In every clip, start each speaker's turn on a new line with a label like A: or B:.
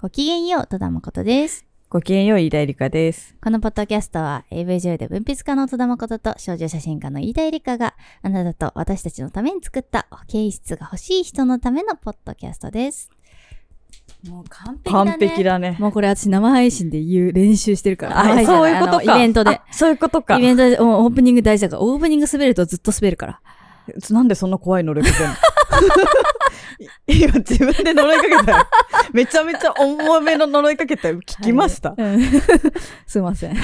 A: ごきげんよう、戸田誠です。
B: ごきげんよう、飯田絵梨香です。
A: このポッドキャストは AV 女優で文筆家の戸田誠と少女写真家の飯田絵梨香があなたと私たちのために作った保健室が欲しい人のためのポッドキャストです。もう完璧だね。
B: 完璧だね。
A: もうこれ私生配信で言う練習してるから。
B: あ
A: 生配信じゃ
B: そうい
A: な
B: うこと
A: あの
B: か。
A: イベントで。
B: あ。そういうことか
A: イ。ベントでもうオープニング大事だから、オープニング滑るとずっと滑るから。
B: なんでそんな怖いのれかけんの 今自分で呪いかけたよ。めちゃめちゃ重めの呪いかけたよ。聞きました。
A: はいうん すいません。や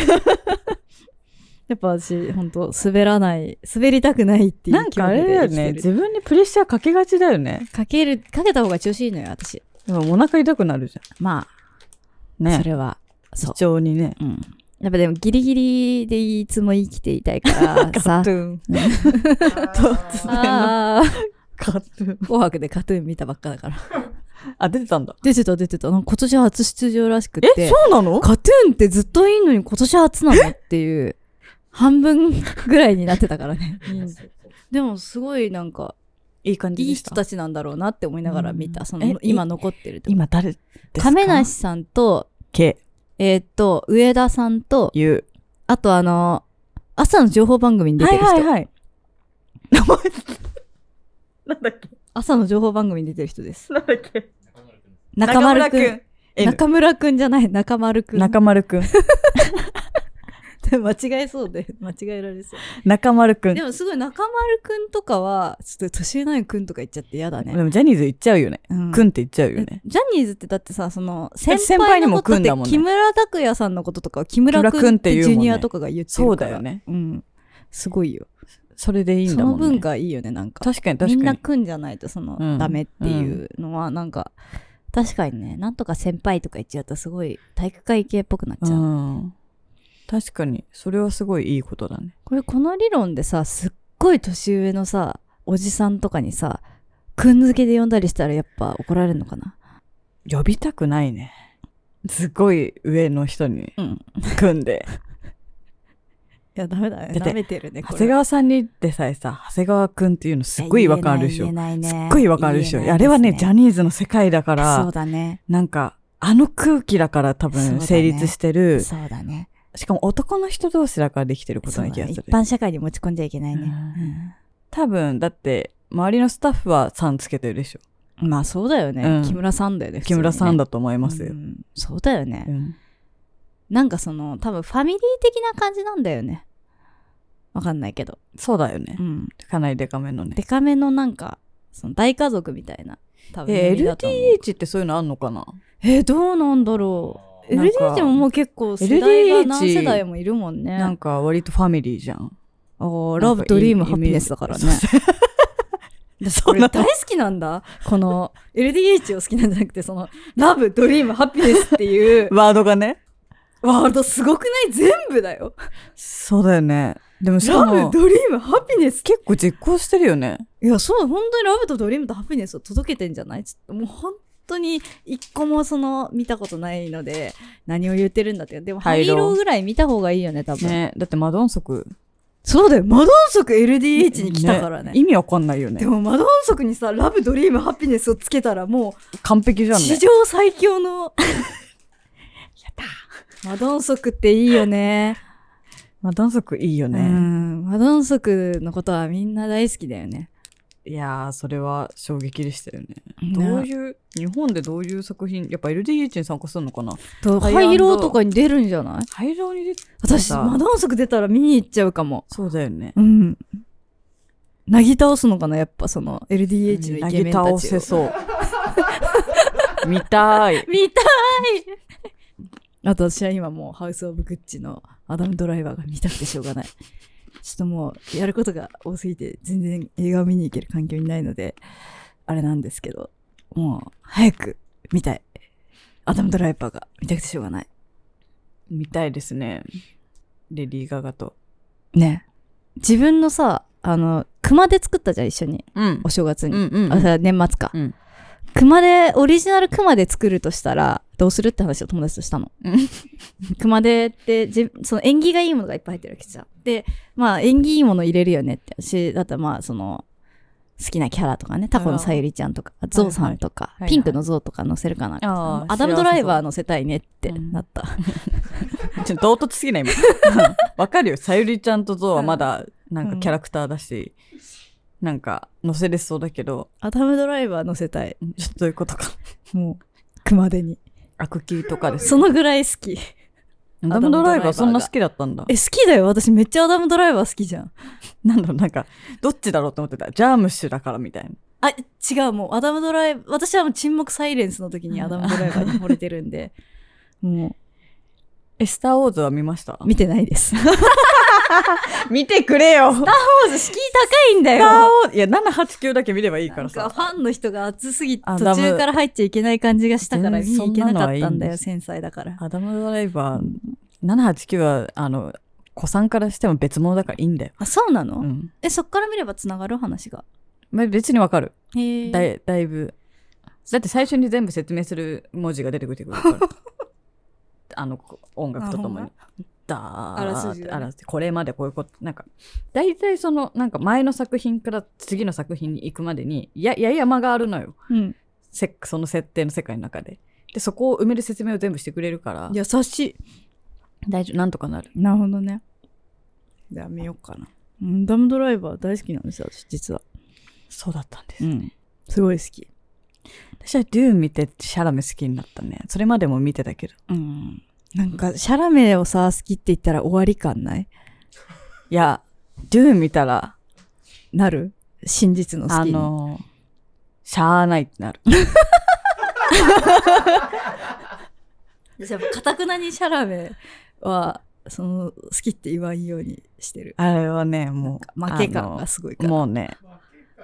A: っぱ私、本当滑らない、滑りたくないってい
B: な
A: うん気
B: かあ
A: 持ち
B: れ
A: で
B: だよ
A: 生きて
B: ね。
A: る
B: 自分にプレッシャーかけがちだよね。
A: かける、かけた方が調子いいのよ、私。
B: でもお腹痛くなるじ
A: ま
B: ゃん。
A: あ、そ
B: ね。
A: れは、そう。
B: 胃腸にね。
A: うん。やっぱでも、ギリギリでいつも生きていたい からさ
B: ト。ゥーン。 突然の
A: あー
B: カトゥーン。
A: 紅白でカトゥーン見たばっかだから。
B: あ、出てたんだ。
A: 出てた出てた。なんか今年初出場らしく
B: え、
A: て。
B: そうなの
A: カトゥーンってずっといいのに今年初なのっていう、半分ぐ らいになってたからね。でもすごいなんか、
B: いい感じ
A: いい
B: でした
A: 人。たちなんだろうなって思いながら見
B: う
A: た。
B: ん
A: そ
B: え
A: の、今残ってるってこと
B: 今誰ですか
A: 亀梨さんと、
B: 系。
A: えーっと、上田さんと、
B: 言う。
A: あとあの、朝の情報番組に出てる人。
B: はい。名前、なんだっけ
A: 朝の情報番組に出てる人です。
B: なんだっけ
A: 中丸くん。。
B: N
A: 中村くんじゃない、中丸くん。
B: 中丸くん。
A: 間違えそうで、間違えられそう。
B: 中丸 くん。
A: で
B: で
A: もすごい中丸くんとかは、ちょっと年上ないくんとか言っちゃって嫌だね。
B: もジャニーズ言っちゃうよね。
A: うん
B: くんって言っちゃうよね。
A: ジャニーズってだってさ、その、
B: 先
A: 先輩
B: 輩
A: のことっ
B: にも組ん
A: て
B: だもんね
A: 木村拓哉さんのこととかは木村
B: 木村
A: く
B: 君
A: ん
B: っ
A: って
B: て言う
A: ジ
B: も
A: ュ
B: んね
A: ニアとかが言ってるから。
B: そうだよね。
A: うん。すごいよ。
B: それでいいん
A: そ
B: だ
A: の
B: もんね。
A: 文化いいよね、なんか。
B: 確か
A: み
B: に確
A: ん
B: か
A: な
B: に。
A: 組んじゃないとその、
B: うん
A: ダメっていうのはなんか確かにねなんとか先輩とか言っちゃうとすごい体育会系っぽくなっちゃう、
B: うん確かに。それはすごいいいことだね。
A: これこの理論でさすっごい年上のさおじさんとかにさくんづけで呼んだりしたらやっぱ怒られるのかな
B: 呼びたくないね。すごい上の人に
A: うんい
B: 組ん で。
A: やダメだね
B: だって
A: めてるね
B: 長谷川さんにってさえさ、長谷川くんっていうのすっごい違和感あるでしょ。
A: 言えないね
B: すっごいわかるでしょ。あれはね、ジャ
A: ン
B: ニーズの世界だか
A: そう
B: ら、
A: だね
B: なんか、あの空気だから
A: そ
B: 多
A: うだ
B: 分
A: ね
B: 成立してる、
A: そうだね
B: しかも男の人同士だからできてること
A: そう
B: な
A: だ
B: 気が
A: ね
B: す
A: 一
B: る。
A: 般社会に持ち込んじゃいけないね、
B: 多分、だって、周りのスタッフはさんつけてるでしょ。
A: うんまあそうだよね、
B: うん
A: 木村さんだよね普通
B: 木
A: にね
B: 村さんだと思いますよ
A: う。んそうだよね、
B: うん
A: なんかその多分ファミリー的な感じなんだよねわかんないけど
B: そうだよね
A: う。ん
B: かなりデカめのね。
A: デカめのなんかその大家族みたいな多分
B: え、
A: ノリだと思う
B: LDH ってそういうのあんのかな
A: えどうなんだろう
B: なんか
A: LDH ももう結構世代が
B: LDH
A: 何世代もいるもん
B: なん
A: ね
B: か割とファミリーじゃん。
A: おラブドリームハピネスだからね
B: なんかイメージ。 そう
A: 俺
B: な
A: 大好きなんだこの LDH を好きなんじゃなくてそのラブドリームハピネスって いう
B: ワードがね。
A: ワールドすごくない全部だよ
B: そうだよね。でもしか
A: ラ
B: も
A: ブ、ドリームハピネス
B: 結構実行してるよね。
A: いや、そう、本当にラブとドリームとハピネスを届けてんじゃないちょっともう本当に一個もその見たことないので、何を言ってるんだって。でも、ハ
B: ハ
A: イ
B: イ
A: ロ
B: ロー
A: ーぐらい見た方がいいよね、多分。
B: ねだってマドンソク
A: そうだよ、マドンソク LDH に来たからね。
B: 意味わかんないよね
A: でもマドンソクにさ、ラブ、ドリーム、ハピネスをつけたらも
B: 完璧じ
A: う、
B: ゃん
A: 史
B: ね
A: 上最強の。やったマドンソクっていいよね。
B: マドンソクいいよ
A: う
B: ね、
A: ん。マドンソクのことはみんな大好きだよね。
B: いやーそれは衝撃でしたよねどういう日本でどういう作品やっぱ LDH に参加するのかな
A: とハイローとかに出るんじゃない
B: 廃炉に出て
A: 私、
B: さ
A: マダンソク出たら見に行っちゃうかも。
B: そうだよね
A: うん。なぎ倒すのかなやっぱその LDH の
B: 投
A: イケメ
B: げ
A: ンた
B: 倒
A: ち
B: せ
A: を。
B: そ う見たい
A: 見たい あと私は今もうハウス・オブ・グッチのアダム・ドライバーが見たくてしょうがない。ちょっともうやることが多すぎて全然映画を見に行ける環境にないので、あれなんですけど、もう早く見たい。アダム・ドライバーが見たくてしょうがない。
B: 見たいですねレディー・ガガと
A: ね。自分のさ、あの、熊で作ったじゃん、一緒に。
B: うん
A: お正月に。
B: うんうん
A: あ、それは年末か。
B: うん
A: 熊で、オリジナル熊で作るとしたら、どうするって話を友達としたの
B: うん。
A: 熊手って、じその縁起がいいものがいっぱい入ってるわけじゃん。で、まあ縁起いいもの入れるよねって。し、だったらまあその、好きなキャラとかね、タコのさゆりちゃんとか、ゾウさんとか
B: いは、い
A: ピンクのゾウとか載せるかな。
B: あー
A: アダムドライバー乗せたいねってなった。
B: ちょっと唐突すぎ ない今うんわかるよさゆりちゃんとゾウはまだなんかキャラクターだし、なんか乗せれそうだけど
A: アダムドライバー乗せたい。
B: ちょっとどういうこと か
A: もう、熊手に。
B: アクキーとかです
A: そのぐらい好き。
B: アダムドライバーそんな好きだったんだ
A: え、好きだよ。私めっちゃアダムドライバー好きじゃん。
B: なんだろうなんかどっちだろうと思ってたジャームッシュだからみたいな
A: あ、違う、もう、アダムドライバー、私はもう沈黙サイレンスの時にアダムドライバーに惚れてるんで、 も
B: えスター・ウォーズは見ました
A: う、見てないです。ス
B: 見てくれよスター・
A: ーズ敷居高いんだ
B: ウ
A: よ。
B: ォーズいや789だけ見ればいい
A: な
B: から
A: んか
B: さ
A: ファンの人が熱すぎて
B: ア
A: 途
B: ダム
A: 中から入っちゃいけない感じがしたから見に行けなかっ
B: 全然
A: た
B: そ
A: んだ
B: んなの
A: よ
B: はいい
A: 繊細だから
B: アダムドライバー789はあの子さんからしても別物だからいいんだよ、
A: あそうなの、
B: うん
A: えそっから見ればつながる話が
B: まあ、別にわかる
A: へえ
B: だいだいぶだって最初に全部説明する文字が出てくるからあのこ音楽とともに。だ
A: あらすじ
B: ー
A: が
B: っ
A: ね
B: てあらこれまでこういうことなんか大体そのなんか前の作品から次の作品に行くまでにやや山があるのよ
A: うん、
B: せその設定の世界の中で。でそこを埋める説明を全部してくれるから
A: 優し
B: 大丈夫なんとかなる。
A: いなるほどねじゃあ見ようかなうんダムドライバー大好きなんですよ私実は
B: そうだったんです。
A: うんすごい好き
B: 私はデューン見てシャラメ好きになったね。それまでも見てたけど。
A: うんなんかシャラメをさ好きって言ったら終わり感ない
B: いやデューン見たら
A: なる真実の好
B: あ
A: きに
B: のーしゃーないってなる。
A: 私やっぱかたくなにシャラメはその好きって言わんようにしてる
B: あれはね、もう、
A: 負け感
B: あ
A: がすごいか
B: の
A: ら
B: もうね、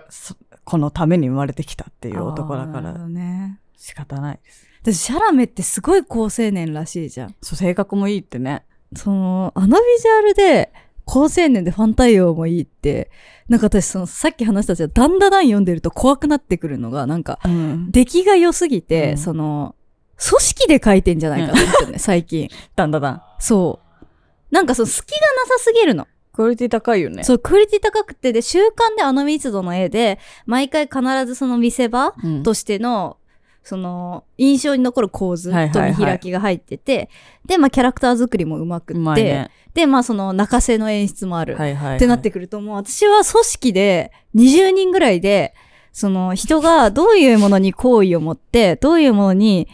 B: そこのために生まれてきたっていう男だか
A: あーなるほ
B: ら
A: どね
B: 仕方ないです。
A: でシャラメってすごい好青年らしいじゃん
B: そう、性格もいいってね。
A: そのあのビジュアルで好青年でファン対応もいいってなんか私そのさっき話したじゃんだんだん読んでると怖くなってくるのがなんか
B: うん。
A: 出来が良すぎて、
B: うん
A: その組織で書いてんじゃないかなってね、最近
B: だんだんだん。
A: そうなんかその隙がなさすぎるの
B: クオリティ高いよね。
A: そう、クオリティ高くて、で、習慣であの密度の絵で、毎回必ずその見せ場
B: うん
A: としての、その、印象に残る構図
B: はい
A: と
B: はいは
A: 見
B: い
A: 開きが入ってて、で、まあ、キャラクター作りもうまくっ
B: う
A: て、
B: まいね。
A: で、まあ、その、泣かせの演出もある。
B: はいはい、はい。
A: ってなってくると、もう私は組織で20人ぐらいで、その人がどういうものに好意を持って、どういうものに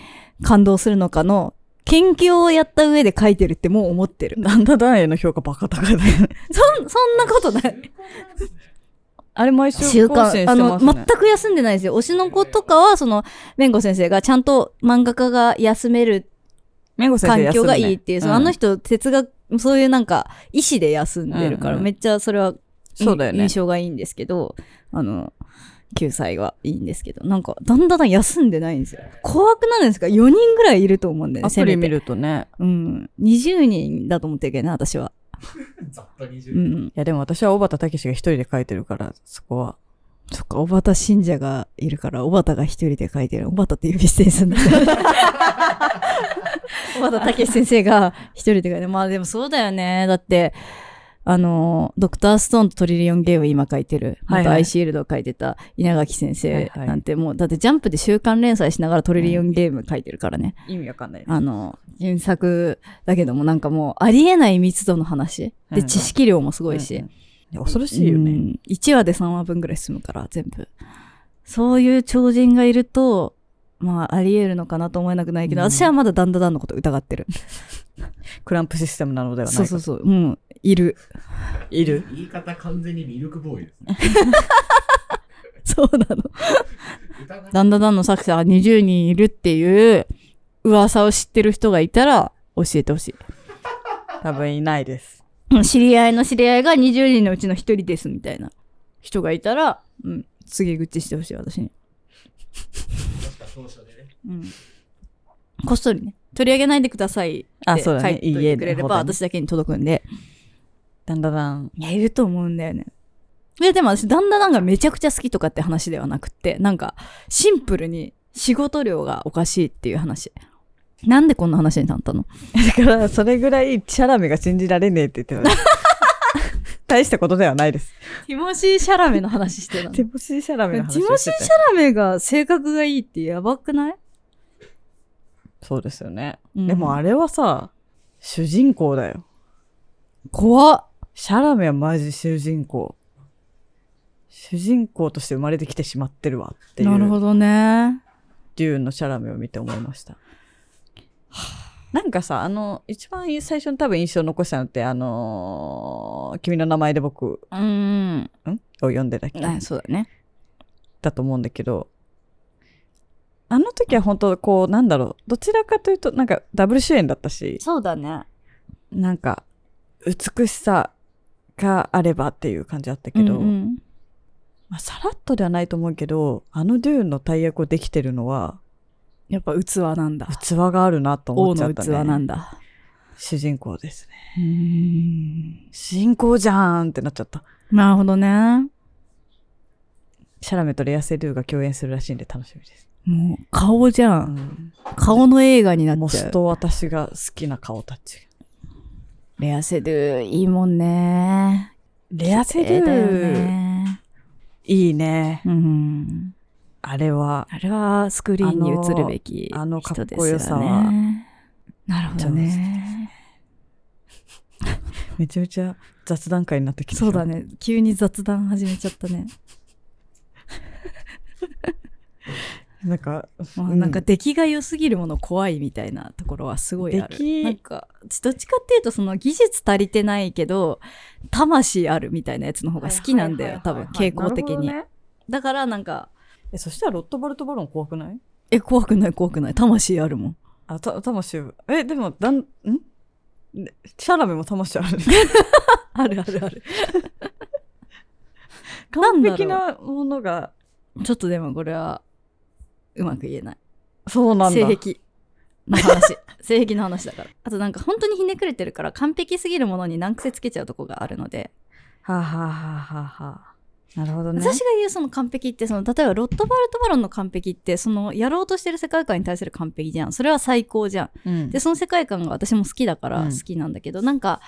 A: 感動するのかの研究をやった上で書いてるってもう思 ってる。
B: だんだんだんへの評価バカ高いだよね。
A: そん、そんなことない。
B: あれ毎週
A: 週
B: 更新して
A: 間、あ
B: ますね。
A: の、全く休んでないですよ。推しの子とかは、その、弁護先生がちゃんと漫画家が休める
B: メンゴ先生
A: 環
B: 休
A: 境
B: むね
A: がいいっていう、そのあの
B: 人、
A: 人、哲学、そういうなんか、意思で休んでるから、
B: うんうん
A: めっちゃそれは、
B: そうだよね
A: 印。象がいいんですけど、あの、救済はいいんですけど、なんか、だんだん休んでないんですよ。怖くなるんですか ?4 人ぐらいいると思うんだよね、
B: アプリ見
A: る。
B: るとね。
A: うん。20人だと思ってるけどな、私は。
C: ざっと20
A: う
C: 年。
A: ん。
B: いやでも私は小畑武史が一人で書いてるから、そこは。
A: そっか、小畑信者がいるから、小畑が一人で書いてる。小畑って指定 するんだけど。小畑武史先生が一人で書いてる。まあでもそうだよね。だって、あの、ドクターストーンとトリリオンゲーム今書いてる。
B: はいはい
A: またアイシールドを書いてた稲垣先生
B: はいはい
A: なんてもう、だってジャンプで週刊連載しながらトリリオンゲーム書いてるからね。
B: 意味わかんない。
A: あの、原作だけどもなんかもうありえない密度の話。
B: うんう
A: で、
B: ん
A: 知識量もすごいし。
B: うんうんいや恐ろしいよね。
A: うん1話で3話分ぐらい進むから、全部。そういう超人がいると、まあ、あり得るのかなと思えなくないけど、
B: うん
A: 私はまだダンダダンのこと疑ってる。
B: クランプシステムなのではない
A: そ
B: か
A: うそうそう。うん、いる。
B: いる。
C: 言い方完全にミルクボーイですね。
A: そうなの。
C: 歌が
A: ダンダダンの作者が20人いるっていう噂を知ってる人がいたら、教えてほしい。
B: 多分いないです。
A: うん知り合いの知り合いが20人のうちの1人ですみたいな人がいたら、うん、告げ口してほしい、私に。
C: 確か当初でね。
A: うん。こっそりね。取り上げないでください。
B: あ、そうだ
A: 書
B: ね
A: い。て
B: いい
A: おいて
B: 家
A: く
B: で。
A: れれば私だけに届くんで。
B: だんだんだ ん。
A: いや、いると思うんだよね。いや、でも私、旦那なんかめちゃくちゃ好きとかって話ではなくて、なんか、シンプルに仕事量がおかしいっていう話。なんでこんな話になったの
B: だから、それぐらい、シャラメが信じられねえって言ってた。大したことではないです。
A: ティモシー・シャラメの話してたの。テ
B: ティモシー・シャラメの話
A: ィ
B: を
A: モ
B: し
A: シ
B: て
A: ー・
B: た
A: シ
B: よ
A: ャラメが性格がいいってやばくない、
B: そうですよね。
A: うん
B: でもあれはさ、主人公だよ。
A: 怖っ。
B: シャラメはマジ主人公。主人公として生まれてきてしまってるわっていう。
A: なるほどね。
B: デューンのシャラメを見て思いました。なんかさ、あの、一番最初に多分印象に残したのって、あのー君の名前で僕、んを
A: うん。
B: 読んでたっけ
A: あそうだね。
B: だと思うんだけど、あの時は本当こう、なんだろう、どちらかというと、なんかダブル主演だったし、
A: そうだね。
B: なんか、美しさがあればっていう感じだったけ
A: け
B: ど、
A: ど、うん
B: まあ、さらっとではないと思うけど、あのデューンの大役をできてるのは、
A: やっぱ器なんだ。
B: 器があるなと思
A: 王
B: っちゃ
A: の
B: った
A: 器
B: ね。
A: なんだ。
B: 主人公ですね。
A: うーん。
B: 主人公じゃーんってなっちゃった。
A: なるほどね。
B: シャラメとレア・セドゥが共演するらしいんで楽しみです。
A: もう顔じゃ。
B: うんん、
A: 顔の映画にな
B: モ
A: っちゃ
B: ス
A: う。
B: と私が好きな顔たち。
A: レアセドゥ、いいもんね。
B: レア・セド
A: 綺麗だよ
B: ゥ、
A: ね。
B: いいね。
A: うん。
B: あれは、
A: あれはスクリーンに映るべき
B: あのあ
A: 人
B: のか
A: で
B: っこ
A: すよ
B: よ
A: ね。
B: さは
A: なるほどね。
B: めちゃめちゃ雑談会になってきた。
A: そうだ。ね。急に雑談始めちゃったね。
B: なんか、
A: まあ
B: うん
A: なんか出来が良すぎるもの怖いみたいなところはすごいある
B: 出。来
A: なんかどっちかっていうとその技術足りてないけど魂あるみたいなやつの方が好きなんだよ多分傾向的に。だからなんか
B: え、そしたらロットバルト・バロン怖くない
A: え怖くない怖くない魂あるもん。
B: あ、た、魂、え、でも、だん、んねシャラメも 魂ある。
A: あるあるある。
B: 完璧なものが、
A: ちょっとでもこれはうまく言えない。
B: そうなんだ。
A: 性癖の話 性癖の話だからあとなんか本当にひねくれてるから完璧すぎるものに難癖つけちゃうとこがあるので、
B: はあ、はあはあはあはあ、なるほどね。
A: 私が言うその完璧ってその例えばロットバルト・バロンの完璧ってそのやろうとしてる世界観に対する完璧じゃんそれは最高じゃん
B: うん
A: でその世界観が私も好きだから
B: うん
A: 好きなんだけど、なんか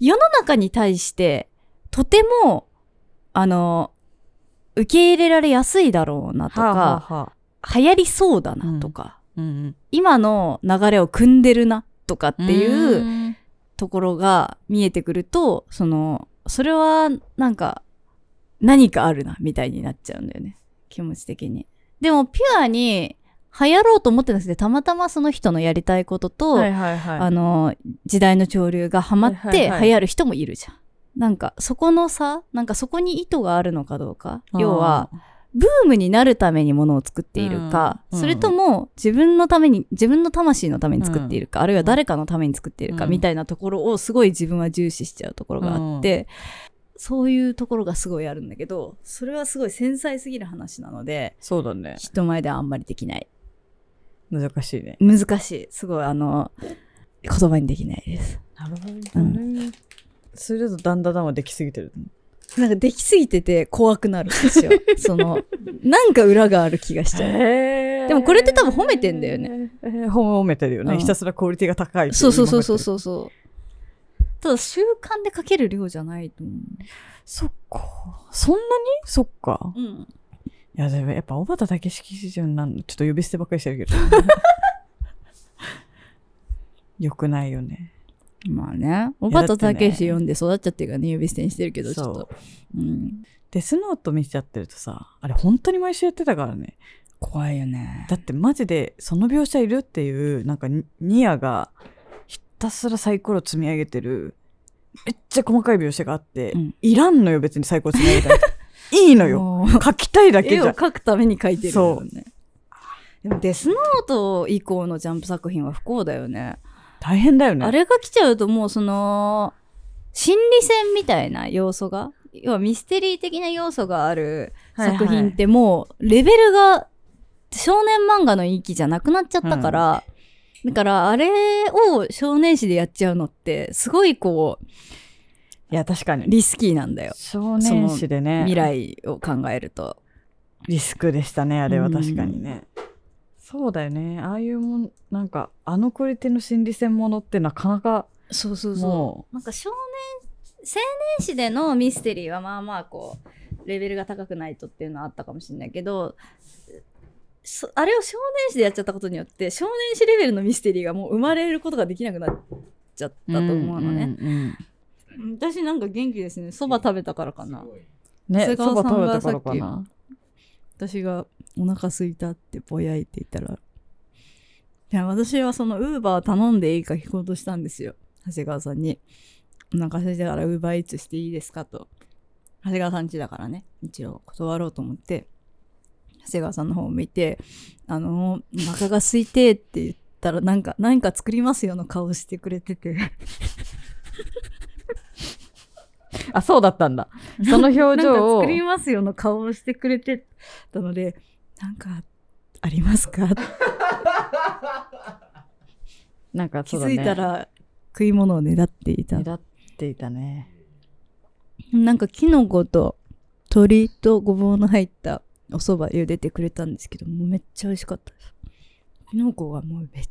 A: 世の中に対してとてもあの受け入れられやすいだろうなとか、
B: はあはあはあ
A: 流行りそうだなとか、
B: うん
A: 今の流れを組んでるなとかっていう
B: う
A: ところが見えてくるとそのそれはなんか何かあるなみたいになっちゃうんだよね気持ち的にでもピュアに流行ろうと思ってなくてたまたまその人のやりたいことと、
B: はいはいはい
A: あの時代の潮流がハマっ
B: はい
A: て
B: はいはい
A: 流行る人もいるじゃん、なんかそこのさなんかそこに意図があるのかどうか
B: あー
A: 要はブームになるためにものを作っているか、
B: うん
A: それとも自分のために自分の魂のために作っているか、あるいは誰かのために作っているか、
B: うん
A: みたいなところをすごい自分は重視しちゃうところがあって、そういうところがすごいあるんだけどそれはすごい繊細すぎる話なので
B: そうだね
A: 人前ではあんまりできない
B: 難しいね
A: 難しいすごいあの言葉にできないです
B: なるほどねそれだとだんだんだんはできすぎてる
A: なんかできすぎてて怖くなるんです よそのなんか裏がある気がしちゃう
B: へ
A: でもこれって多分褒めてんだよね
B: 褒め褒めてるよね、
A: うん
B: ひたすらクオリティが高いってい
A: そうそうそうそう
B: う
A: そうそう。ただ習慣でかける量じゃないと思
B: そっかそんなにそっか
A: う。うん。
B: いやでもやっぱ小畑武史基準なんちょっと呼び捨てばっかりしてる けどよくないよね
A: まあね。おばた
B: だ
A: た
B: ってね
A: けし読んで育っちゃってるからね、指捨てにしてるけど、ちょっと。うん。
B: デスノート見ちゃってるとさあれ本当に毎週やってたからね
A: 怖いよね。
B: だってマジでその描写いるっていうなんかニニアがひたすらサイコロ積み上げてるめっちゃ細かい描写があって、
A: うん
B: いらんのよ別にサイコロ積み上げたりいいのよ
A: もう
B: 書きたいだけじ
A: 絵
B: ゃ
A: を
B: ん
A: 描くために描いてるよね。でもデスノート以降のジャンプ作品は不幸だよね。
B: 大変だよね
A: あれが来ちゃうともうその、心理戦みたいな要素が、要はミステリー的な要素がある
B: はいはい
A: 作品ってもうレベルが少年漫画の域じゃなくなっちゃったから、だからあれを少年誌でやっちゃうのってすごいこう
B: いや確かに
A: リスキーなんだよ
B: 少年誌でね
A: 未来を考えると。
B: リスクでしたねあれ
A: う
B: は
A: ん
B: 確かにね、そうだよねああいうもんなんかあのクオリティの心理戦ものってなかなか
A: そうそうそう。
B: も
A: なんか少年
D: 年誌でのミステリーはまあまあこうレベルが高くないとっていうのはあったかもしれないけどそあれを少年誌でやっちゃったことによって少年誌レベルのミステリーがもう生まれることができなくなっちゃったと思うのね、
B: うんうん
D: 私なんか元気ですねそば食べたからかな
C: すごい
B: ね、
A: 菅
B: そ
A: 原
B: ば
A: さん
B: 食べ
A: が
B: た
A: さっ
B: か
A: き
B: らかな。
A: 私がお腹空いたってぼやいていたら、いや、私はそのウーバー頼んでいいか聞こうとしたんですよ。長谷川さんに。お腹空いたからウーバーイーツしていいですかと。長谷川さん家だからね、一応断ろうと思って、長谷川さんの方を見て、あの、お腹が空いてって言ったら、なんか、なんか作りますよの顔してくれてて。
B: あ、そうだった んだ。その表
A: なんか
B: 情を
A: 作。りますよの顔をしてくれてたので、なんかあります か
B: なんか
A: 気
B: そうだ
A: づ
B: ね
A: いた、ら食い物をねだっていた
B: 目。立っていたね。
A: なんかキノコと鶏とごぼうの入ったお蕎麦茹でてくれたんですけど、もうめっちゃ美味しかったです。キノコがもうめっ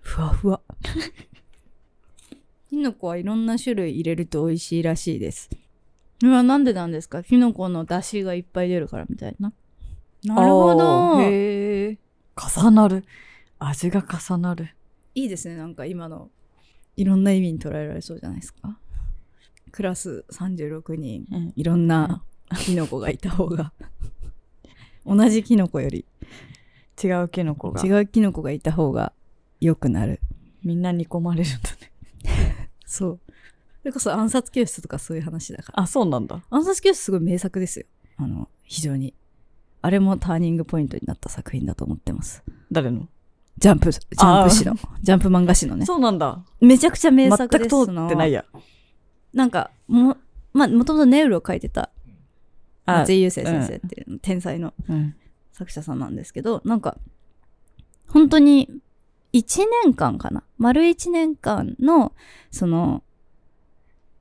A: ふわふわ。 キノコはいろんな種類入れると美味しいらしいです。うわ、なんでなんですかキノコの出汁がいっぱい出るからみたいな。なるほ
B: あ
A: ど。
B: ーへえ。重なる。味が重なる。
A: いいですねなんか今のいろんな意味に捉えられそうじゃないですかクラス36人
B: うん
A: いろんなキノコがいた方が同じキノコより
B: 違うキノコが
A: 違。うキノコがいた方が良くなる
B: みんな煮込まれるんだね。
A: そうそれこそ暗殺教室とかそういう話だから
B: あ、そうなんだ。
A: 暗殺教室すごい名作ですよあの非常にあれもターニングポイントになった作品だと思ってます
B: 誰の
A: ジャンプジャンプ誌のジャンプ漫画誌のね
B: そうなんだ。
A: めちゃくちゃ名
B: 全
A: 作で
B: く
A: す
B: 通ってないや。
A: なんかも、まあ、もともとネウルを書いてた
B: あ
A: 松井優生先生っていうの天才の
B: うん。
A: 作者さんなんですけど、なんか、本当に1年間かな。丸1年間の、その、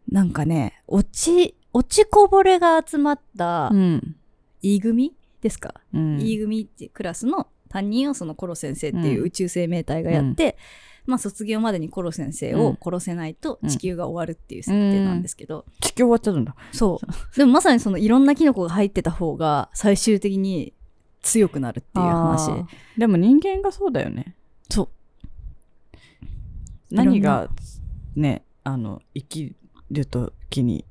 A: なんかね、落ち、落ちこぼれが集まった
B: うん。
A: E 組ですか、
B: うん
A: E 組っていうクラスの担任をそのコロ先生っていううん宇宙生命体がやって、まあ卒業までにコロ先生を殺せないと地球が終わるっていう設定なんですけど、
B: 地球終わっちゃうんだ。
A: そう。でもまさにそのいろんなキノコが入ってた方が最終的に強くなるっていう
B: あ
A: 話
B: ー。。でも人間がそうだよね。
A: そう。
B: 何がね、あの、生きるときに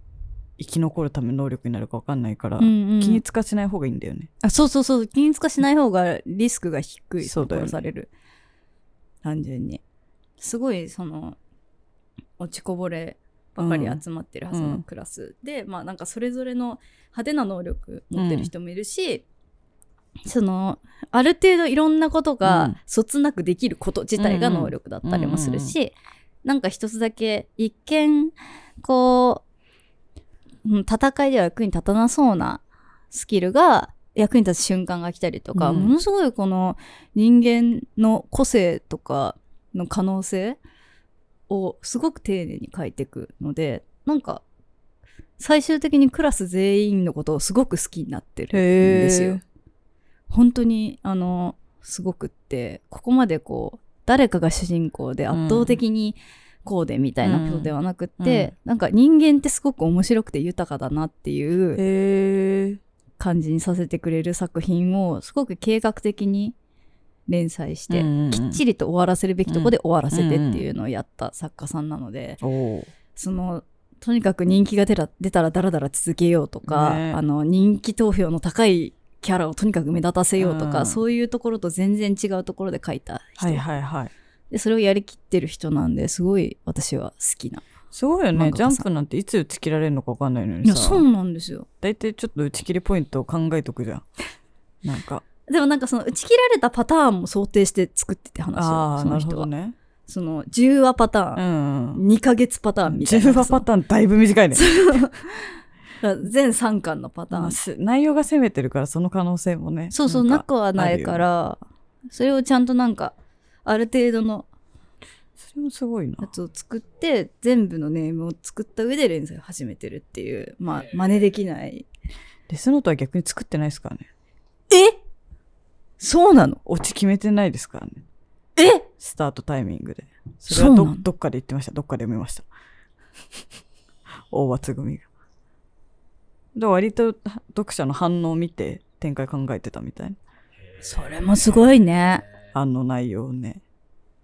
B: 生き残るための能力になるかわかんないから、
A: うんうん
B: 均一化しない方がいいんだよね。
A: あそうそうそう。均一化しない方がリスクが低い。
B: そうだよね
A: 殺される。単純に。すごいその落ちこぼればかり集まってるはず
B: うんう
A: の
B: ん
A: クラスで、まあなんかそれぞれの派手な能力持ってる人もいるし、そのある程度いろんなこと
B: う
A: が
B: ん
A: そつなくできること自体が能力だったりもするし、なんか一つだけ一見こううん戦いでは役に立たなそうなスキルが役に立つ瞬間が来たりとか、
B: うん
A: ものすごいこの人間の個性とかの可能性をすごく丁寧に書いていくのでなんか最終的にクラス全員のことをすごく好きになってるん
B: へー
A: ですよ。本当にあのすごくってここまでこう誰かが主人公で圧倒的にこうでみたいなことではなくって、なんか人間ってすごく面白くて豊かだなっていう
B: へえ。
A: 感じにさせてくれる作品をすごく計画的に連載して、きっち
B: り。
A: りと終わらせるべきとこで終わらせてっていうのをやった作家さんなので、
B: おお。
A: そのとにかく人気が出ら出たらダラダラ続けようとか、
B: ね
A: あの人気投票の高いキャラをとにかく目立たせようとか、
B: うん
A: そういうところと全然違うところで書いた人、
B: はいはいはい。
A: でそれをやりきってる人なんですごい私は好きな。
B: すごい
A: 漫
B: よね。
A: 画
B: ジ
A: 家さ
B: ャ
A: ん
B: ンプなんていつ打ち切られるのかわかんないの
A: い
B: に
A: や
B: さ。
A: そうなんですよ
B: 大体ちょっと打ち切りポイントを考えとくじゃん。なんか。
A: でもなんかその打ち切られたパターンも想定して作ってて話
B: あ
A: を
B: あ、
A: そ
B: な
A: の
B: るほ
A: 人
B: ど
A: は、
B: ね。
A: その10話パターン
B: う、ん。
A: 2ヶ月パターンみたいな。
B: 10話パターンだいぶ短いね。
A: ーン。全3巻のパター
B: まあ
A: ン。
B: す内容が攻めてるからその可能性もね
A: そうそう、
B: なん
A: な
B: か
A: くはないから、それをちゃんとなんか、ある程度の
B: それもすごいな
A: やつを作って、全部のネームを作った上で連載を始めてるっていう、まあ、真似できない。
B: デスノートは逆に作ってないですからね
A: えそうなの
B: オチ決めてないですからね
A: え
B: スタートタイミングでそれ
A: そ
B: は
A: う
B: ど
A: なの
B: どっかで言ってましたどっかで読みました 大罰組が。で割と読者の反応を見て展開考えてたみたいな。
A: それもすごいね。
B: あの内容をね。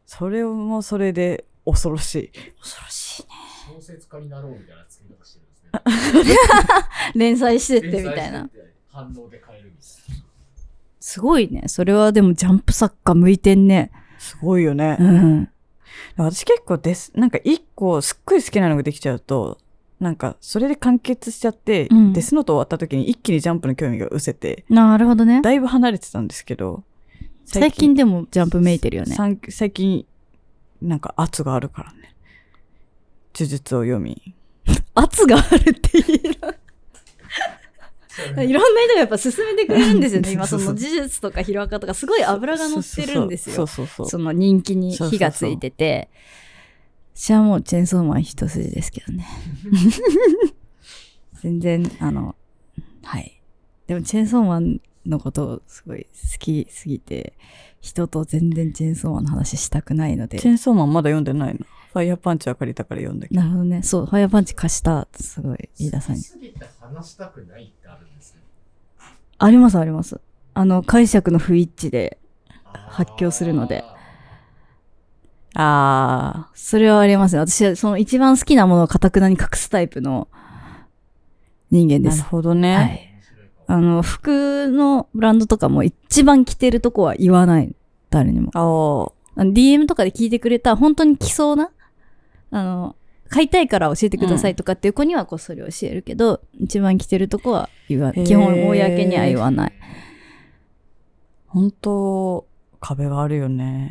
B: それもそれで恐ろしい。
A: 恐ろしいね。
C: 小説家になろうみたいな作り方してるんですね。
A: 連載してってみたいな
C: 連載。してて。反応で変えるみたいな。
A: すごいね。それはでもジャンプ作家向いてんね。
B: すごいよね。
A: うん。
B: 私結構ですなんか一個すっごい好きなのができちゃうとなんかそれで完結しちゃって、
A: うん
B: デスノート終わった時に一気にジャンプの興味が失せて
A: なるほどね。
B: だいぶ離れてたんですけど
A: 最近でもジャンプめいてるよね。
B: さん最近なんか圧があるからね呪術を読み
A: 圧があるって言える。いろんな人がやっぱ進めてくれるんですよね。今そ
B: そう
A: の
B: そう
A: 呪術とかヒロアカとかすごい脂が乗ってるんですよ。
B: そうそうそうそ
A: そうの人気に火がついてて。私はもうチェーンソーマン一筋ですけど ね。全然、あの、はい。でもチェーンソーマンのことすごい好きすぎて、人と全然チェーンソーマンの話したくないので
B: チ。ェーンソーマンまだ読んでないのファイヤーパンチは借りたから読んだけど
A: なるほどね。そう、ファイアパンチ貸した。すごい、飯田さんに
C: 好き。すぎて話したくないってあるんですね。
A: ありますあります。あの、解釈の不一致で、発
C: 発
A: 狂するので。
B: あ
A: それはありますね。私はその一番好きなものをかたくなに隠すタイプの人間
B: ー
A: で
B: なる
A: す。
B: ほどね、
A: はい
C: 面白いかも
A: あの、服のブランドとかも一番着てるとこは言わない。誰にも。
B: あー
A: あの DM とかで聞いてくれた、本当に着そうな、あの、買いたいから教えてくださいとかっていう子にはこっそり教えるけど、一番着てるとこは言わ
B: へー
A: 基本公には言わない。
B: 本当壁がある よね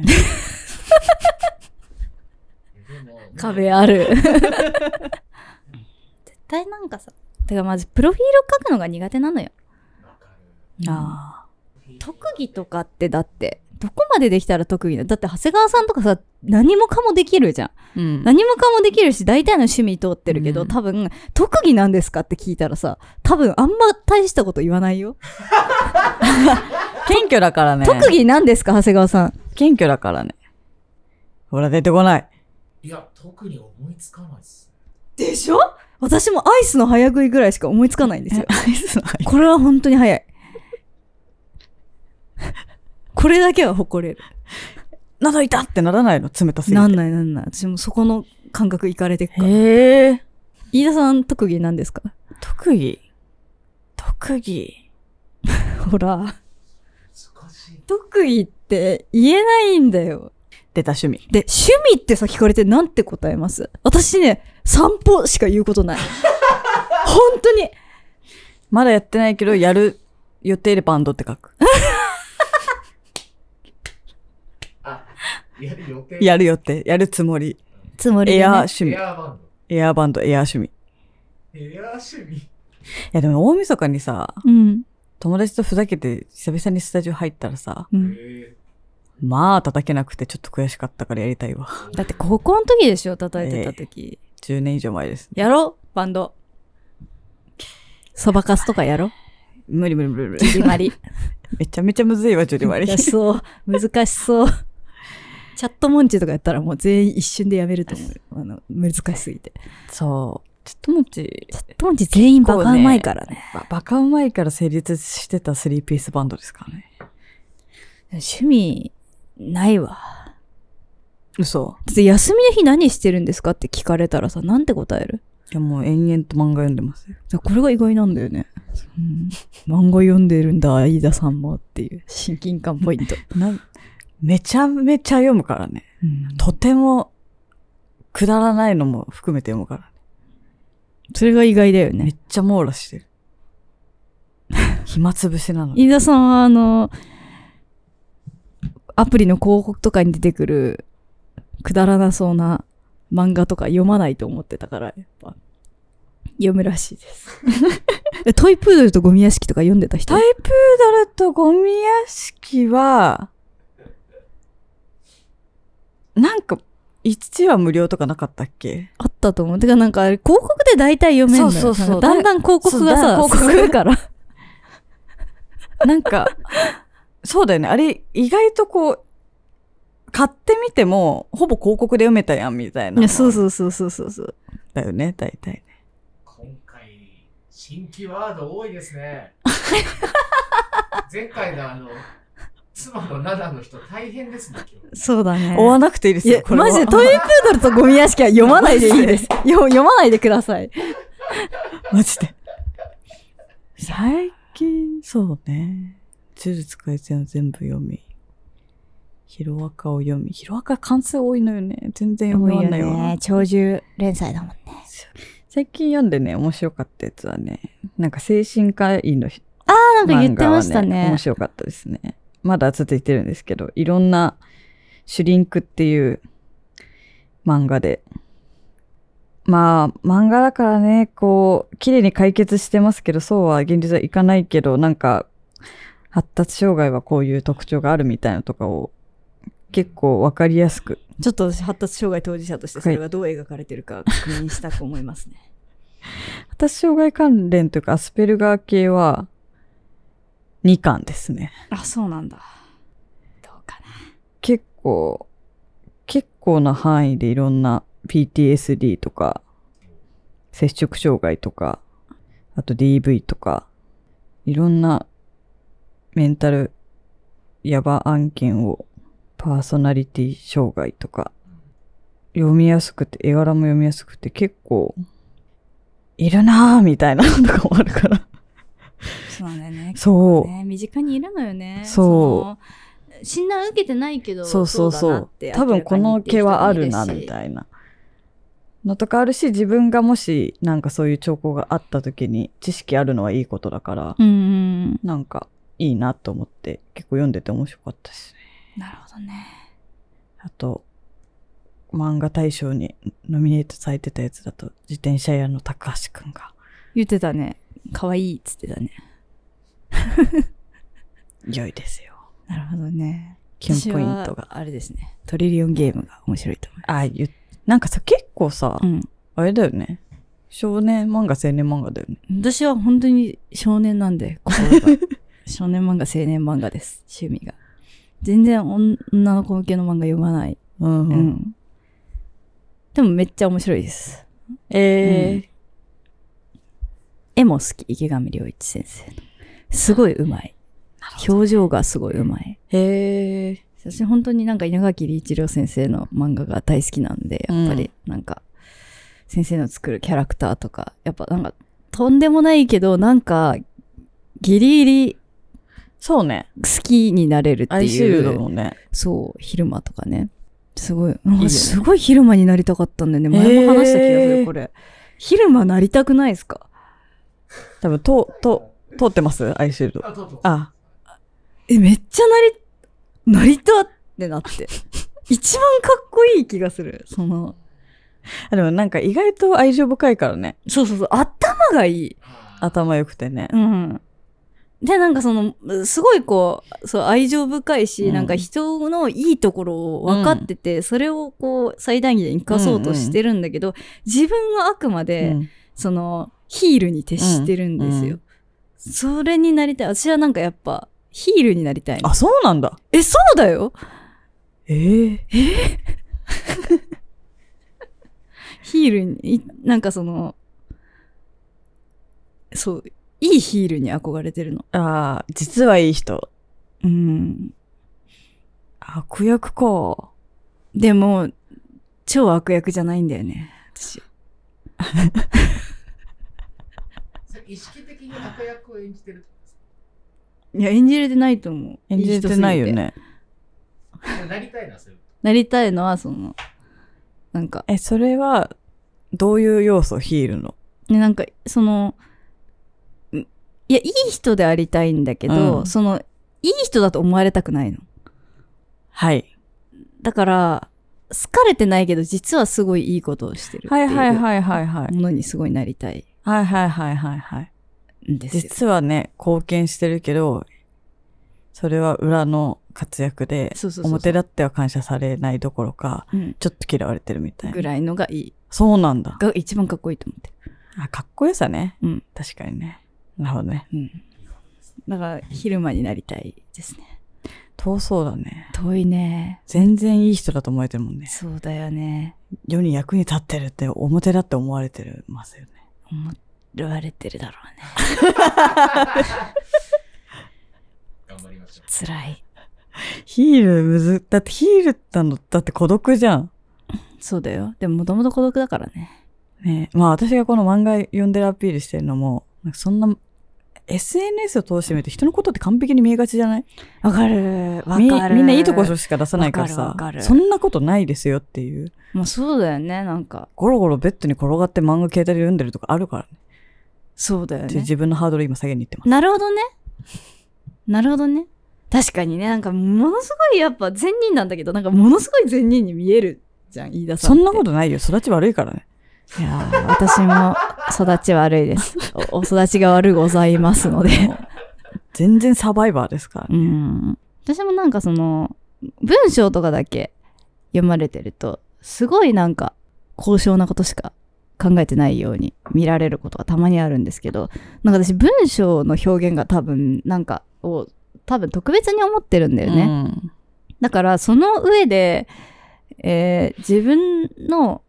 C: でも
A: 壁ある。 絶対なんかさ、てかまずプロフィールを書くのが苦手なのよ。
C: わかる
B: あ
A: 特技とかってだって、どこまでできたら特技だだって長谷川さんとかさ、何もかもできるじゃん。
B: あ、うん
A: 何もかもできるし、大体の趣味通ってるけど、
B: うん
A: 多分、特技なんですかって聞いたらさ、多分あんま大したこと言わないよ。
B: 謙虚だからね。
A: 特技なんですか、長谷川さん。
B: 謙虚だからね。ほら、出てこない。
C: いや、特に思いつかないっす。
A: でしょ私もアイスの早食いぐらいしか思いつかないん ですよ。
B: アイスの
A: これは本当に早い。これだけは誇れる。
B: 喉痛ってならないの冷たすぎて。
A: なんないなんない。私もそこの感覚いかれてくから。
B: へえ。
A: 飯田さん特技なんですか
B: 特技特技
A: ほら。
C: 難しい。
A: 特技って言えないんだよ。
B: 出た趣味。
A: で、趣味ってさ、聞かれてなんて答えます私ね、散歩しか言うこと ない。本当に。
B: まだやってないけど、やる予定でバンドって書く。
C: あ、やる予定。
B: やる予定。やるつもり。
A: つもりで、ね。
B: エアー趣味
C: エ。アーバン
B: エアーバンド、エアー趣味。い
C: ド。エアー趣味。
B: や、でも大晦日にさ、
A: うん。
B: 友達とふざけて久々にスタジオ入ったらさ、
A: うん、
C: え
B: まあ叩けなくてちょっと悔しかったからやりたいわ。
C: ー
A: だって、高校の時でしょ叩いてた時。
B: 10年以上前です。
A: やろうバンド。そばかすとか やろう
B: 無理無理無理無理。
A: ジュリマリ。
B: めちゃめちゃむずいわ、ジュリマリ。
A: 難しそう。難しそう。チャットモンチーとかやったらもう全員一瞬でやめると思う。あの、難しすぎて。
B: そう。ちょっともち、
A: チャットモンチー全員バカうまいからね。
B: ばバカうまいから成立してたスリーピースバンドですからね。
A: 趣味、ないわ。
B: 嘘。
A: だって休みの日何してるんですかって聞かれたらさ、なんて答える
B: いやもう延々と漫画読んでますよ。
A: これが意外なんだよね。うん、漫画読んでるんだ、飯田さんもっていう親近感ポイント。
B: なめちゃめちゃ読むからね。
A: うん
B: とてもくだらないのも含めて読むから、
A: それが意外だよ
B: ね。め
A: ね。
B: っちゃ網羅してる。 暇つぶしなのに。
A: 飯田さんはあの、アプリの広告とかに出てくるくだらなそうな漫画とか読まないと思ってたから、やっぱ、読むらしい です。えトイプードルとゴミ屋敷とか読んでた人
B: トイプードルとゴミ屋敷は、なんか、1は無料とかなかったっけ
A: あったと思う。てかなんかあれ広告で大体読めるのよ。
B: そうそうそう
A: だんだん広告がさ、
B: そうだ
A: 広
B: 広
A: 告
B: 告
A: だ から。
B: なんか、そうだよね。あれ、意外とこう、買ってみても、ほぼ広告で読めたやん、みたいな。
A: いやそうそうそうそうそうそう。
B: だよね、大体ね。
C: 新規ワード多いで すね。前回のあの、妻の7の人大変ですね、今
A: そうだね。
B: 追わなくていいです
A: い
B: よ
A: や、
B: これは
A: マジでトイプードルとゴミ屋敷は読まないでいい です。よ読まないでください。
B: マジで。最近、そうね。呪術改正を全部読み。ヒロアカを読み。ヒロアカ関数多いのよね。全然読まないわ。
A: 長寿連載だもんね。
B: 最近読んでね、面白かったやつはね、なんか精神科医の人
D: な
B: 漫画は面白かったですね。まだ続いてるんですけど、いろんなシュリンクっていう漫画で。まあ、漫画だからね、こう、綺麗に解決してますけど、そうは現実はいかないけど、なんか、発達障害はこういう特徴があるみたいなのとかを、結構わかりやすく。
A: ちょっと私発達障害当事者としてそれがどう描かれてるか確認したく思います ね。
B: 発達障害関連というか、アスペルガー系は、2巻ですね。
A: あ、そうなんだ。どうかな。
B: 結構結構な範囲でいろんな PTSD とか接触障害とかあと DV とかいろんなメンタルヤバ案件をパーソナリティ障害とか読みやすくて絵柄も読みやすくて結構いるなぁみたいなのとかもあるから
A: そうなんだよね。
B: そう
D: ね、身近にいるのよね
B: そう
D: の診断受けてないけど
B: そうそうそう
D: だなって
B: 多分この毛はあるなみ
D: い
B: たいなのとかあるし自分がもしなんかそういう兆候があった時に知識あるのはいいことだから、
D: うんうん
B: なんかいいなと思って結構読んでて面白かったしね
D: なるほどね
B: あと漫画大賞にノミネートされてたやつだと自転車屋の高橋くんが
A: 言ってたね。可愛いっつってたね。
B: 良いですよ
A: なるほどね。
B: キュンポイン
A: 私
B: ト
A: は
B: が
A: あれですね。トリリオンゲームが面白いと思い
B: ああいうなんかさ結構さ、
A: ます。
B: あれだよね少年漫画青年漫画だよね
A: うん。私は本当に少年なん で、心が。少年漫画、青年漫画です。趣味が。全然女の子向けの漫画読まない。
B: うん、
A: うん。でもめっちゃ面白いです。
B: えー
A: うん絵も好き池上良一先生のすごいうまい、表情がすごいうまい
B: へえ。
A: 私本当になんか稲垣理一郎先生の漫画が大好きなんでやっぱりなんか先生の作るキャラクターとかやっぱなんかとんでもないけどなんかギリギリ
B: そうね。
A: 好きになれるって
B: アイシー
A: い
B: ルドも
A: う
B: ね。
A: そう昼間とかねすごい
B: よね
A: すごい昼間になりたかったんだよね前も話した気がす
B: へー
A: るこれ昼間なりたくないですか
B: 多分、と、と、通ってますアイシールド。
C: あ、どうぞ。
B: あ、
A: え、めっちゃなり、なりたってなって。一番かっこいい気がする。その、
B: あでもなんか意外と愛情深いからね。
A: そうそうそう、頭がいい。
C: あ
B: 頭良くてね。
A: うん。
D: でなんかそのすごいこうそう愛情深いし、
B: うん
D: なんか人のいいところを分かってて、それをこう最大限生かそうとしてるんだけど、自分はあくまで、
B: うん
D: そのヒールに徹してるんですよ、
B: うんうん
D: それになりたい私はなんかやっぱヒールになりたいの
B: あ、そうなんだ。
D: えそうだよ
B: ええ
D: ヒールにいなんかそのそういいヒールに憧れてるの
B: あー実はいい人。
A: うん。
B: 悪役か。
A: でも、超悪役じゃないんだよね。私。
C: それ意識的に悪役を演じてるってことです
D: いや演じれてないと思う
B: 演じてないよ
D: いい人すぎて
B: ね。
C: かでもなりたいな、それ。
D: なりたいのはそのなんか
B: え、それは、どういう要素ヒールの。
D: ね、なんかそのんいやいい人でありたいんだけど、
B: うん
D: そのいい人だと思われたくないの
B: はい。
D: だから好かれてないけど実はすごいいいことをしてるって
B: はいいうはいはいはいはい。
D: ものにすごいなりたい
B: はいはいはいはいはい。
D: んですよ
B: 実はね、貢献してるけど、それは裏の活躍で、
D: そうそうそうそう
B: 表立っては感謝されないどころか、
D: うん
B: ちょっと嫌われてるみたい
D: ぐ
B: な。
D: らいのがいい
B: そうなんだ。
D: が一番かっこいいと思って
B: あ、かっこよさね。
D: うん
B: 確かにね。なるほどね。
D: る、うん、だから昼間になりたいですね
B: 遠そうだね。
D: 遠いね
B: 全然いい人だと思えてるもんね。
D: そうだよね
B: 世に役に立ってるって表立って思われてますよね。
D: 思っ
E: ルわれてるだろうね。
C: 頑張りましょう。
E: 辛い。
B: ヒールむず、だってヒールったの、だって孤独じゃん。
E: そうだよ。でももともと孤独だからね。
B: ねまあ私がこの漫画読んでるアピールしてるのも、なんかそんな、SNS を通してみると人のことって完璧に見えがちじゃない
E: わかる。わ
B: み
E: かる。
B: みんないいところしか出さないから
E: わ
B: さ
E: かるわかる
B: そんなことないですよっていう。
E: まあそうだよね。なんか、
B: ゴロゴロベッドに転がって漫画携帯で読んでるとかあるからね。
E: そうだよ
B: ちょっと
E: ね。
B: 自分のハードル今下げにいってます。
A: なるほどね。なるほどね。確かにね、なんかものすごいやっぱ善人なんだけど、なんかものすごい善人に見えるじゃん、飯田さん
B: そ
A: って。
B: んなことないよ。育ち悪いからね。
E: いやー私も育ち悪いです。おお育ちが悪ございますので。
B: 全然サバイバーですからね。
E: うん。
A: 私もなんかその、文章とかだけ読まれてると、すごいなんか、高尚なことしか考えてないように見られることがたまにあるんですけど、なんか私文章の表現が多分、なんかを、多分特別に思ってるんだよね。
B: うん
A: だからその上で、えー自分の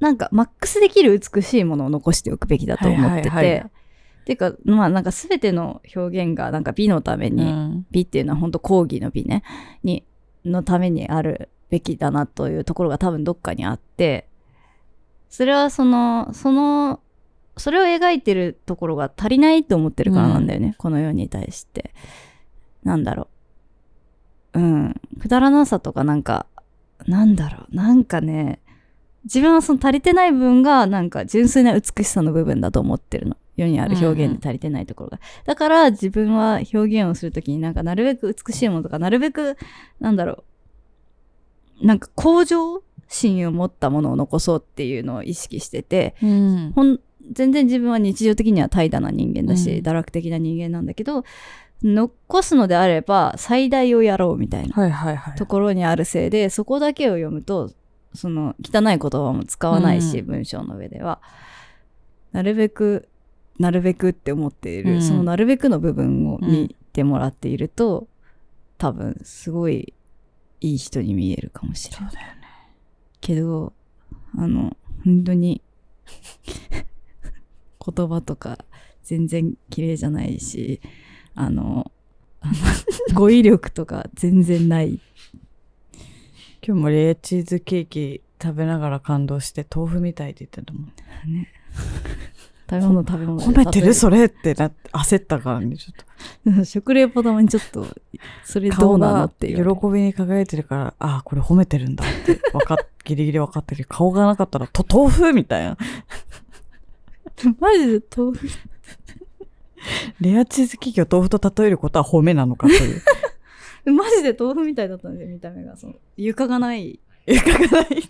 A: なんかマックスできる美しいものを残しておくべきだと思ってて、
B: はいはいはい
A: っていうかまあなんか全ての表現がなんか美のために、
B: うん
A: 美っていうのは本当講義の美ねにのためにあるべきだなというところが多分どっかにあってそれはそのそのそれを描いてるところが足りないと思ってるからなんだよね、この世に対してなんだろううんくだらなさとかなんかなんだろうなんかね自分はその足りてない部分がなんか純粋な美しさの部分だと思ってるの世にある表現で足りてないところが、だから自分は表現をするときになんかなるべく美しいものとかなるべくなんだろうなんか向上心を持ったものを残そうっていうのを意識してて
B: うん
A: ほん全然自分は日常的には怠惰な人間だし、
B: うん
A: 堕落的な人間なんだけど残すのであれば最大をやろうみたいな
B: はいはいはい。
A: ところにあるせいでそこだけを読むとその汚い言葉も使わないし、
B: うん
A: 文章の上ではなるべくなるべくって思っている、
B: うん
A: そのなるべくの部分を
B: うん
A: 見てもらっていると、多分すごいいい人に見えるかもしれない
B: そうだよ
A: けどあの本当に 言葉とか全然綺麗じゃないしあのあの語彙力とか全然ない
B: 今日もレーチーズケーキ食べながら感動して豆腐みたいって言ってたもん。
A: 食べ物食べ物
B: 褒めて
A: 例えば
B: るそれってなって焦ったからね、ちょっと。
A: 食レポ玉にちょっと、それどうなのっていう。
B: 喜びに輝いてるから、ああ、これ褒めてるんだって、わかっ、ギリギリ分かってるけど顔がなかったら、と、豆腐みたいな。
A: マジで豆腐。
B: レアチーズケーキを豆腐と例えることは褒めなのかという。
A: マジで豆腐み たいだったんですよ、見た目が。その床がない。
B: いかがない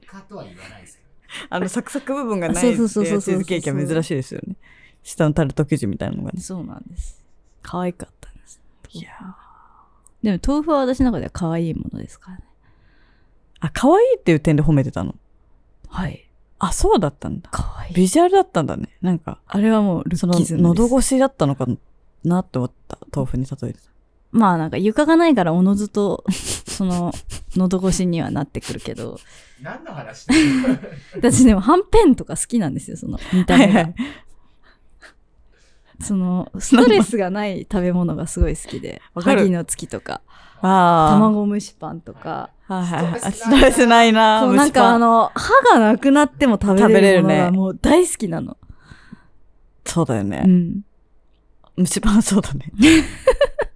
C: 床とは言わないですけど。
B: あの、サクサク部分がな
A: そ
B: いレ
A: う
B: アチ
A: そうそうそう
B: ーズケーキは珍しいですよね。下のタルト生地みたいなのがね。
A: そうなんです。可愛かったんです。
B: いやー
A: でも豆腐は私の中では可愛いものですからね。
B: あ、可愛いっていう点で褒めてたの。
A: はい。
B: あ、そうだったんだ。
A: 可愛い。
B: ビジュアルだったんだね。なんか、
A: あれはもうル
B: そ
A: ッ
B: の
A: キズムです。
B: 喉越しだったのかなって思った。豆腐に例えてた。
A: まあなんか床がないからおのずと、 その、喉越しにはなってくるけど、
C: 何の話だ は
A: 私でもはんぺんとか好きなんですよ、その見た目が。
B: い。
A: その、ストレスがない食べ物がすごい好きで、
B: わかる
A: 萩の月とか、
B: ああ。
A: 卵蒸しパンとか、
B: はいはいはい。あ
C: ス
B: ス
C: ト
B: ト
C: レ
B: レ
C: ス
B: スないな
A: そうなんかあ、の、歯がなくなっても食べ
B: 食べ
A: れ
B: れ
A: る
B: る
A: ものが
B: ね
A: もう大好きなの。
B: 蒸しパンそうだよ
A: う
B: ね。
A: ん。
B: 虫パンそうだ ね。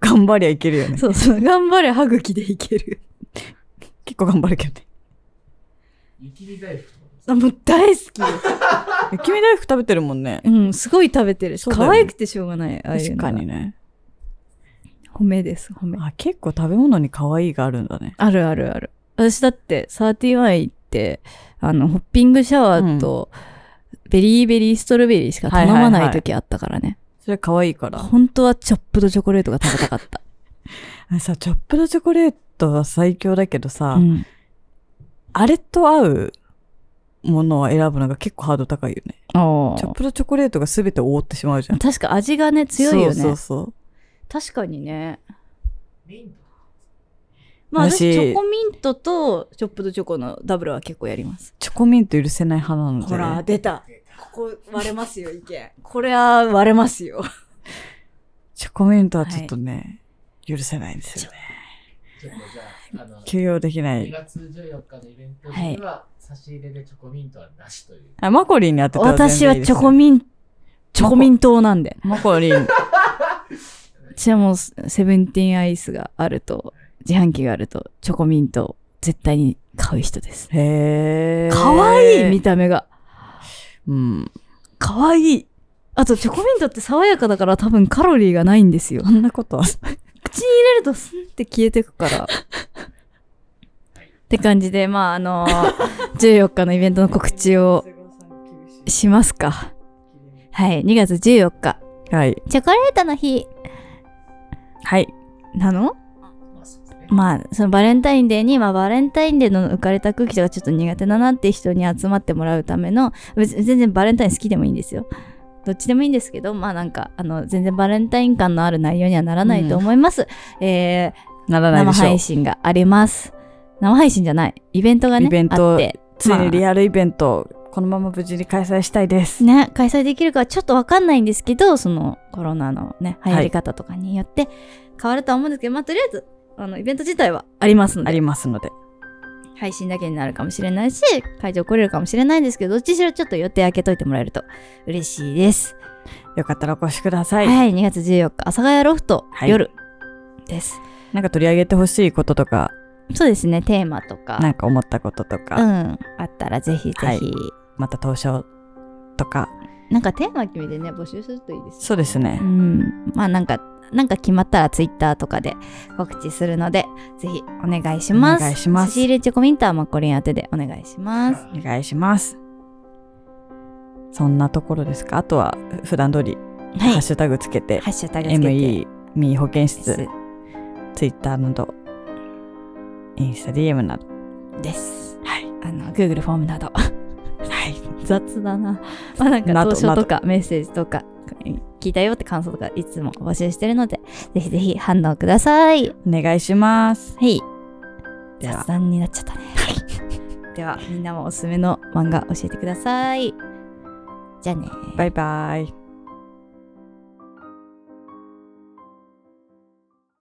B: 頑張りゃいけるよね。
A: そうそう。頑張れ、歯茎でいける。
B: 結構頑張るけどね。
C: 雪見大福とかどうですか
A: あもう大好き。
B: 雪見大福食べてるもんね。
A: うん、すごい食べてるし、
B: そうだよ
A: 可
B: ね
A: 愛くてしょうがない。ああいうの
B: 確
A: が
B: かに。ね。
A: 褒めです、褒め。
B: あ、結構食べ物に可愛いがあるんだね。
A: あるあるある。私だって、31行って、あの、ホッピングシャワーと、ベリーベリーストロベリーしか頼まない時あったからね。
B: それ可愛いから。
A: 本当はチョップドチョコレートが食べたかった。
B: あれさ、チョップドチョコレートは最強だけどさ、
A: うん
B: あれと合うものを選ぶのが結構ハードル高いよね。
A: あ
B: チョッ
A: あ。
B: プドチョコレートが全て覆ってしまうじゃん。
A: 確か味がね、強いよね。
B: そうそうそう。
A: 確かにね。
C: メインとか。
A: まあ私
B: 私
A: チョコミントとチョップドチョコのダブルは結構やります。
B: チョコミント許せない派なので。
A: 出た。
D: ここ割れますよ、意見。これは割れます よ。
B: チョコミントはちょっとね、許せないんですよね。
C: ちょっとじゃあ、あの、
B: 休養できな
C: 2
B: い。
C: 月14日のイベントには、差し入れでチョコミントはなしという。
B: あ、マコリンに当てたら全
A: 私
B: 然
A: はい
B: いです
A: チ
B: よ
A: ョコミン、チョコミン党なんで。
B: マコリン。
A: 私はもう、セブンティーンアイスがあると、自販機があると、チョコミントを絶対に買う人です。
B: へー。
A: 可愛い見た目が。
B: うん。
A: 可愛いあと、チョコミントって爽やかだから多分カロリーがないんですよ。
B: そんなことは。
A: 口に入れるとスン って消えてくから。って感じで、まあ、あ の14日のイベントの告知をしますか。はい、2月14日。
B: はい。
A: チョコレートの日。
B: はい。
A: なの
C: まあそうですね。
A: まあ、そのバレンタインデーに、まあ、バレンタインデーの浮かれた空気とかちょっと苦手だなって人に集まってもらうための、別に全然バレンタイン好きでもいいんですよ。どっちでもいいんですけど、まあなんか、あの、全然バレンタイン感のある内容にはならないと思います。えー、
B: ならない
A: 生
B: でしょう
A: 配。信があります。生配信じゃない。イベントがね、
B: イベント
A: あって。
B: ついにリ
A: ま
B: アルイベント、このまま無事に開催したいです
A: あ。ね、開催できるかはちょっとわかんないんですけど、そのコロナのね、流行り方とかによって変わるとは思うんですけど、まあとりあえず、あの、イベント自体はありますの
B: あ
A: で、
B: りますので。
A: 配信だけになるかもしれないし、会場来れるかもしれないんですけど、どっちにしろちょっと予定開けといてもらえると嬉しいです。
B: よかったらお越しくださ。
A: はいい、2月14日、阿佐ヶ谷ロフト、
B: はい
A: 夜です。
B: なんか取り上げてほしいこととか、
A: そうですね、テーマとか、
B: なんか思ったことと
A: う
B: か、
A: ん、あったらぜひぜひ、
B: はいまた当初とか。
A: なんかテーマ決めてね、募集するといいですよね
B: そうですね
A: う。ん、まあなんか、なんか決まったらツイッターとかで告知するので、ぜひお願いします。
B: お願いします
A: 差し入れチョコミントはマコリン宛てでお願いします。
B: お願いします。そんなところですかあとは普段通り
A: はい。
B: ハッ
A: ハ
B: シュタグつけて、
A: ッシュタグつけて。
B: ME、ミー保健室
A: で、
B: ツイッターなど、インスタ DM など。
A: です。
B: はい。
A: あの、Google フォームなど。
B: はい。
A: 雑だな。まあなんか、
B: など
A: 投書とかメッセージとか、聞いたよって感想とかいつも募集してるので、ぜひぜひ反応ください。
B: お願いします。
A: はい。
B: では
A: 雑談になっちゃったね。 では、みんなもおすすめの漫画教えてください。じゃあね
B: バイバイ。